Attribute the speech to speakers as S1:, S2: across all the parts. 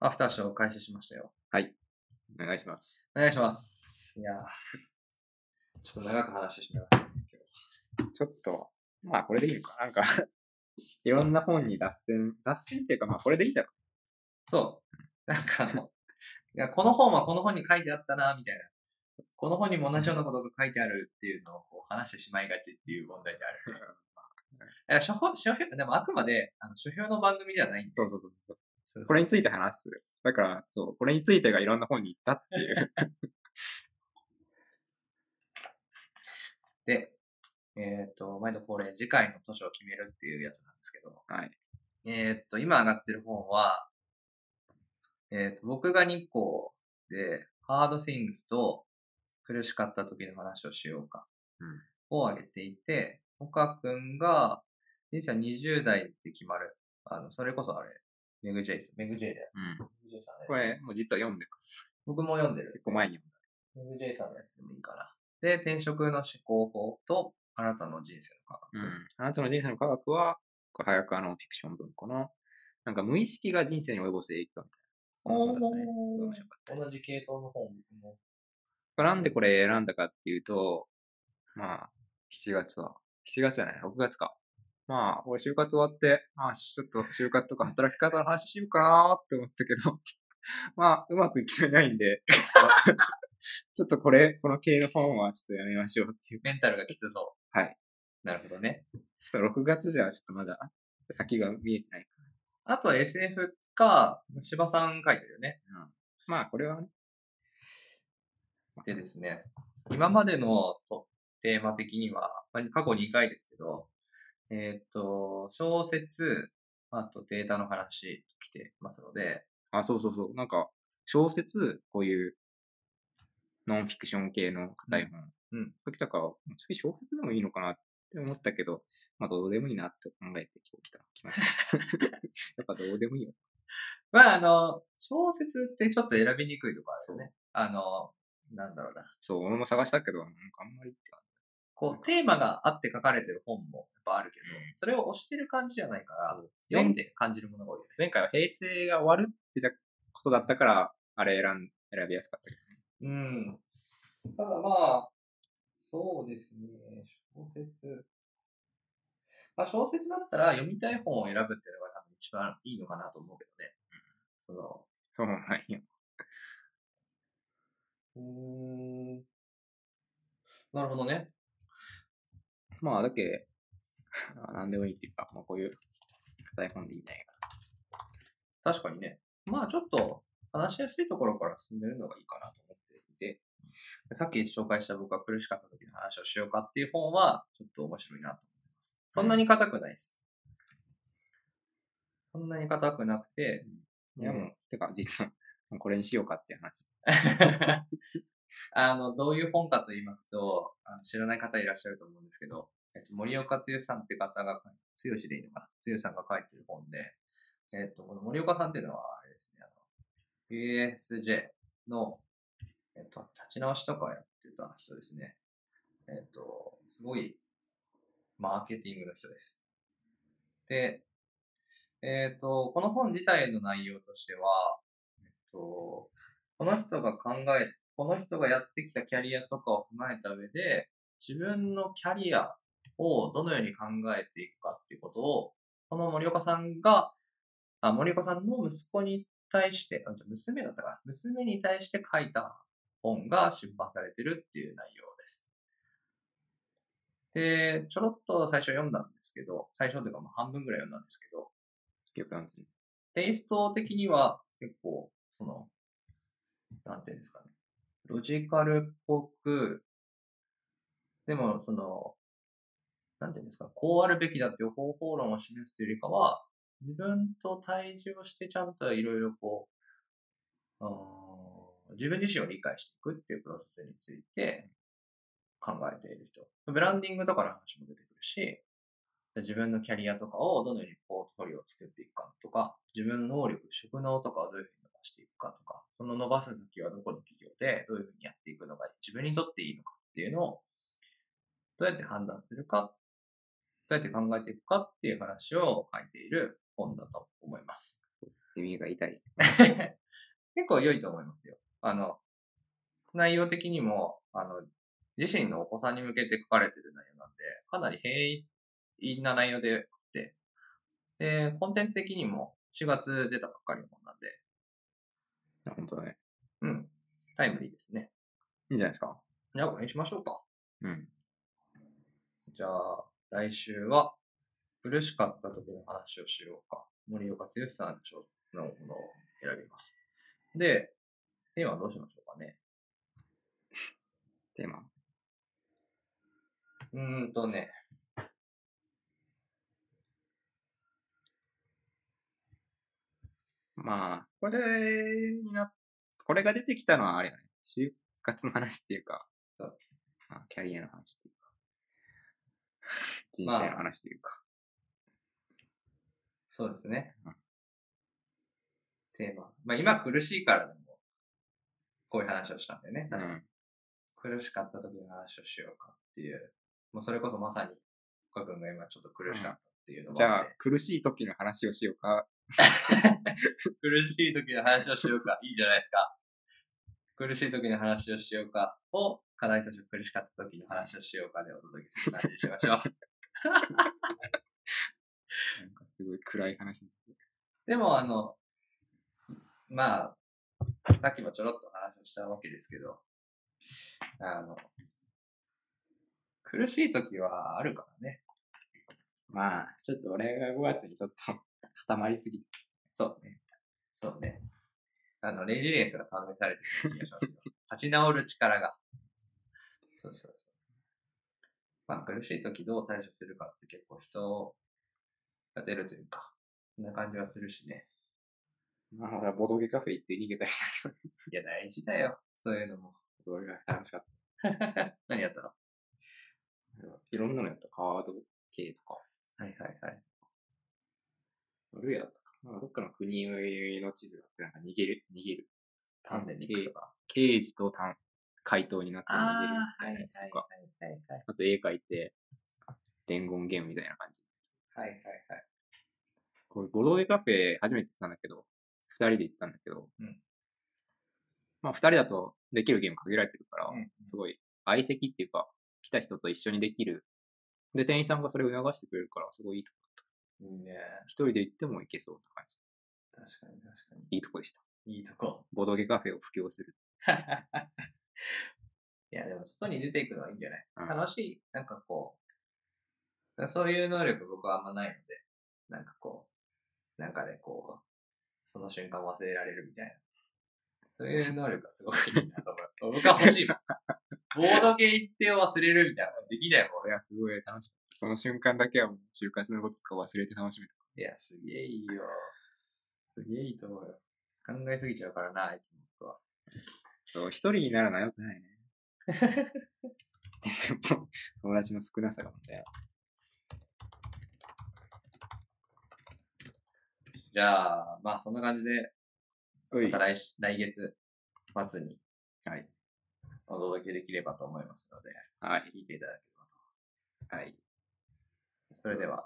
S1: アフターショーを開始しましたよ。
S2: お願いします。
S1: お願いします。いやーちょっと長く話してしまいましたね。今
S2: ちょっと、まあこれでいいのか。なんか、 いろんな本に脱線、脱線っていうかまあこれでいいんだろ
S1: 日そう。なんかあの、いや、この本はこの本に書いてあったな、みたいな。この本にも同じようなことが書いてあるっていうのをこう話してしまいがちっていう問題であるね。いや、書評、書評、でもあくまで、あの、書評の番組ではないん
S2: う。
S1: で。
S2: そうそうそうそう。
S1: そうそう
S2: これについて話す。だから、そう、これについてがいろんな本に行ったって いう。
S1: で、えっ、と、毎度恒例、次回の図書を決めるっていうやつなんですけど、
S2: はい。
S1: えっ、と、今上がってる本は、えーと、僕が日光で、Hard Things と苦しかった時の話をしようか、
S2: うん
S1: を挙げていて、岡くんが、実は20代って決まる。あの、それこそあれ、メグ・ジェイス、メグ・ジェイだよ。
S2: うん。
S1: メグジェイさんのやつ
S2: これ、もう実は読んでます。
S1: 僕も読んでる。
S2: 結構前に読んだ。
S1: メグ・ジェイさんのやつでもいいかな。で、転職の思考法と、あなたの人生の科学。
S2: うん。あなたの人生の科学は、これ早くあの、フィクション文庫の、なんか無意識が人生に及ぼす影響みたいな。そんな本だったね。すごい面白かった。
S1: 同じ系統の本、僕も。
S2: なんでこれ選んだかっていうと、まあ、7月は、7月じゃない、6月か。まあ、俺就活終わって、まあ、ちょっと就活とか働き方の話しようかなーって思ったけど、 まあ、うまくいきそうにないんで、 ちょっとこれ、この系の本はちょっとやめましょうっていう。
S1: メンタルがきつそう。
S2: はい。
S1: なるほどね。
S2: ちょっと6月じゃちょっとまだ先が見えてない。
S1: あとは SF か、柴さん書いてるよね。
S2: まあ、これはね。
S1: でですね、今までのとテーマ的には、まあ過去2回ですけど、えーっと、小説、あとデータの話来てますので、
S2: あ、そうそうそう。なんか、小説、こういう、ノンフィクション系の硬い本。
S1: うん。
S2: これ来たから、次小説でもいいのかなって思ったけど、まあ、どうでもいいなって考えて今日来た、来ました。 やっぱどうでもいいよ。
S1: まあ、あの、小説ってちょっと選びにくいとこあるよね。あの、なんだろうな。
S2: そう、俺も探したけど、なんかあんまりって感
S1: こう、テーマがあって書かれてる本もやっぱあるけど、それを押してる感じじゃないから、
S2: じ。
S1: 読んで感じるものが多いよね。
S2: 前回は平成が終わるってたことだったから、あれ選ん、選びやすかったけど。
S1: うん。ただまあ、そうですね、小説。まあ小説だったら読みたい本を選ぶっていうのが多分一番いいのかなと思うけどね。その、
S2: そうなんよ。
S1: うん。なるほどね。
S2: まあ、だけ、なんでもいいっていうか、まあ、こういう硬い本でいいね。
S1: 確かにね。まあちょっと話しやすいところから進めるのがいいかなと思っていて、さっき紹介した僕が苦しかった時の話をしようかっていう本はちょっと面白いなと思います。そんなに硬くないです。そんなに硬くなくて、
S2: いやもう、てか、実は、 もうこれにしようかっていう話。
S1: あの、どういう本かと言いますと、あの知らない方いらっしゃると思うんですけど、えっと、森岡剛さんって方が、剛でいいのかな剛さんが書いてる本で、えっと、この森岡さんっていうのは、あれですね、あの、USJ の、えっと、立ち直しとかやってた人ですね。えっと、すごい、マーケティングの人です。で、えっと、この本自体の内容としては、えっと、この人が考えこの人がやってきたキャリアとかを踏まえた上で、自分のキャリアをどのように考えていくかっていうことを、この森岡さんが、あ森岡さんの息子に対して、あじゃあ娘だったかな、娘に対して書いた本が出版されてるっていう内容です。で、ちょろっと最初読んだんですけど、最初というかまあ半分ぐらい読んだんですけど、
S2: よくなんて
S1: テイスト的には結構、その、なんていうんですかね。ロジカルっぽく、でも、その、なんていうんですか、こうあるべきだっていう方法論を示すというよりかは、自分と対峙をしてちゃんといろいろこう、うーん自分自身を理解していくっていうプロセスについて考えている人。ブランディングとかの話も出てくるし、自分のキャリアとかをどのようにポートフォリオを作っていくかとか、自分の能力、職能とかをどういうふうに伸ばしていくかとか、その伸ばす先はどこの企業でどういうふうにやっていくのが自分にとっていいのかっていうのを、どうやって判断するか、どうやって考えていくかっていう話を書いている本だと思います。
S2: 耳が痛い。
S1: 結構良いと思いますよ。あの、内容的にも、あの、自身のお子さんに向けて書かれてる内容なんで、かなり平易な内容であって、で、コンテンツ的にも4月出たばっかりのもんなんで、
S2: あ本当だね。
S1: うん、タイムリーですね。
S2: いいんじゃないですか。
S1: じゃあ、これにしましょうか。
S2: うん。
S1: じゃあ、来週は、苦しかった時の話をしようか。森岡剛さんのものを選びます。で、テーマはどうしましょうかね。
S2: テーマ。
S1: うーんとね。
S2: まあ、これにな、これが出てきたのはあれよね。就活の話っていうか、
S1: そう
S2: まあ、キャリアの話っていうか、 人生の話っていうか。
S1: そうですね
S2: うん。
S1: テーマ。まあ今苦しいからでも、こういう話をしたんだよね。
S2: うん。
S1: 苦しかった時の話をしようかっていう。もうそれこそまさに、岡君が今ちょっと苦しかったっていうのも
S2: じゃ
S1: あ
S2: あ
S1: って、
S2: 苦しい時の話をしようか。
S1: 苦しい時の話をしようか。いいじゃないですか。苦しい時の話をしようか。を、課題として苦しかった時の話をしようかでお届けする感じにしましょう。
S2: なんかすごい暗い話。
S1: でも、あの、まあ、さっきもちょろっと話をしたわけですけど、あの、苦しい時はあるからね。
S2: まあ、ちょっと俺が5月にちょっと固まりすぎて。
S1: そうね。そうね。あの、レジリエンスが試されてる気がし ますよ。立ち直る力が。そうそうそう。まあ、苦しい時どう対処するかって結構人が出るというか、そんな感じはするしね。
S2: まあ、俺はボドゲカフェ行って逃げたりしたけど、
S1: いや、大事だよ。そういうのも。
S2: ボドゲカフェ楽しかっ
S1: 何やったの
S2: た。いろんなのやった。カード系とか。
S1: はいはいはい。
S2: ノルウェーだったかな。どっかの国の地図があって、なんか逃げる、逃げる。
S1: 丹田に行くとか。
S2: 刑事と単回答になって逃げるみたいなやつとか。
S1: はいはいはい。
S2: あと絵描いて、伝言ゲームみたいな感じ。
S1: はいはいはい。
S2: これ、ボドゲカフェ初めて行ったんだけど、二人で行ったんだけど、
S1: うん
S2: まあ二人だとできるゲーム限られてるから、
S1: うんうん
S2: すごい相席っていうか、来た人と一緒にできる。で、店員さんがそれを促してくれるから、すごいいいとこ。
S1: いいね。
S2: 一人で行っても行けそうな感
S1: 確かに確か
S2: じ。いいとこでした。
S1: に。いいとこ。
S2: ボドゲカフェを布教する。
S1: いや、でも外に出ていくのはいいんじゃない、
S2: うん
S1: 楽しい。なんかこう、そういう能力僕はあんまないので、なんかこう、なんかでこう、その瞬間忘れられるみたいな。そういう能力がすごくいいなと思う。僕は欲 しいもん。ボードゲ一定を忘れるみたいなのできないもん。
S2: いや、すごい楽しかった。その瞬間だけはもう、就活のこととか忘れて楽しめた。
S1: いや、すげえいいよ。すげえいいと思うよ。考えすぎちゃうからな、いつも僕は。
S2: そう、一人になるのは良くないね。でも友達の少なさが問題だ。
S1: じゃあ、まあそんな感じで、
S2: おい
S1: また来し来月末に
S2: はい。
S1: お届けできればと思いますので、
S2: はい。
S1: 聞いていただければ
S2: はい。
S1: と。それでは、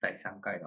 S1: 第3回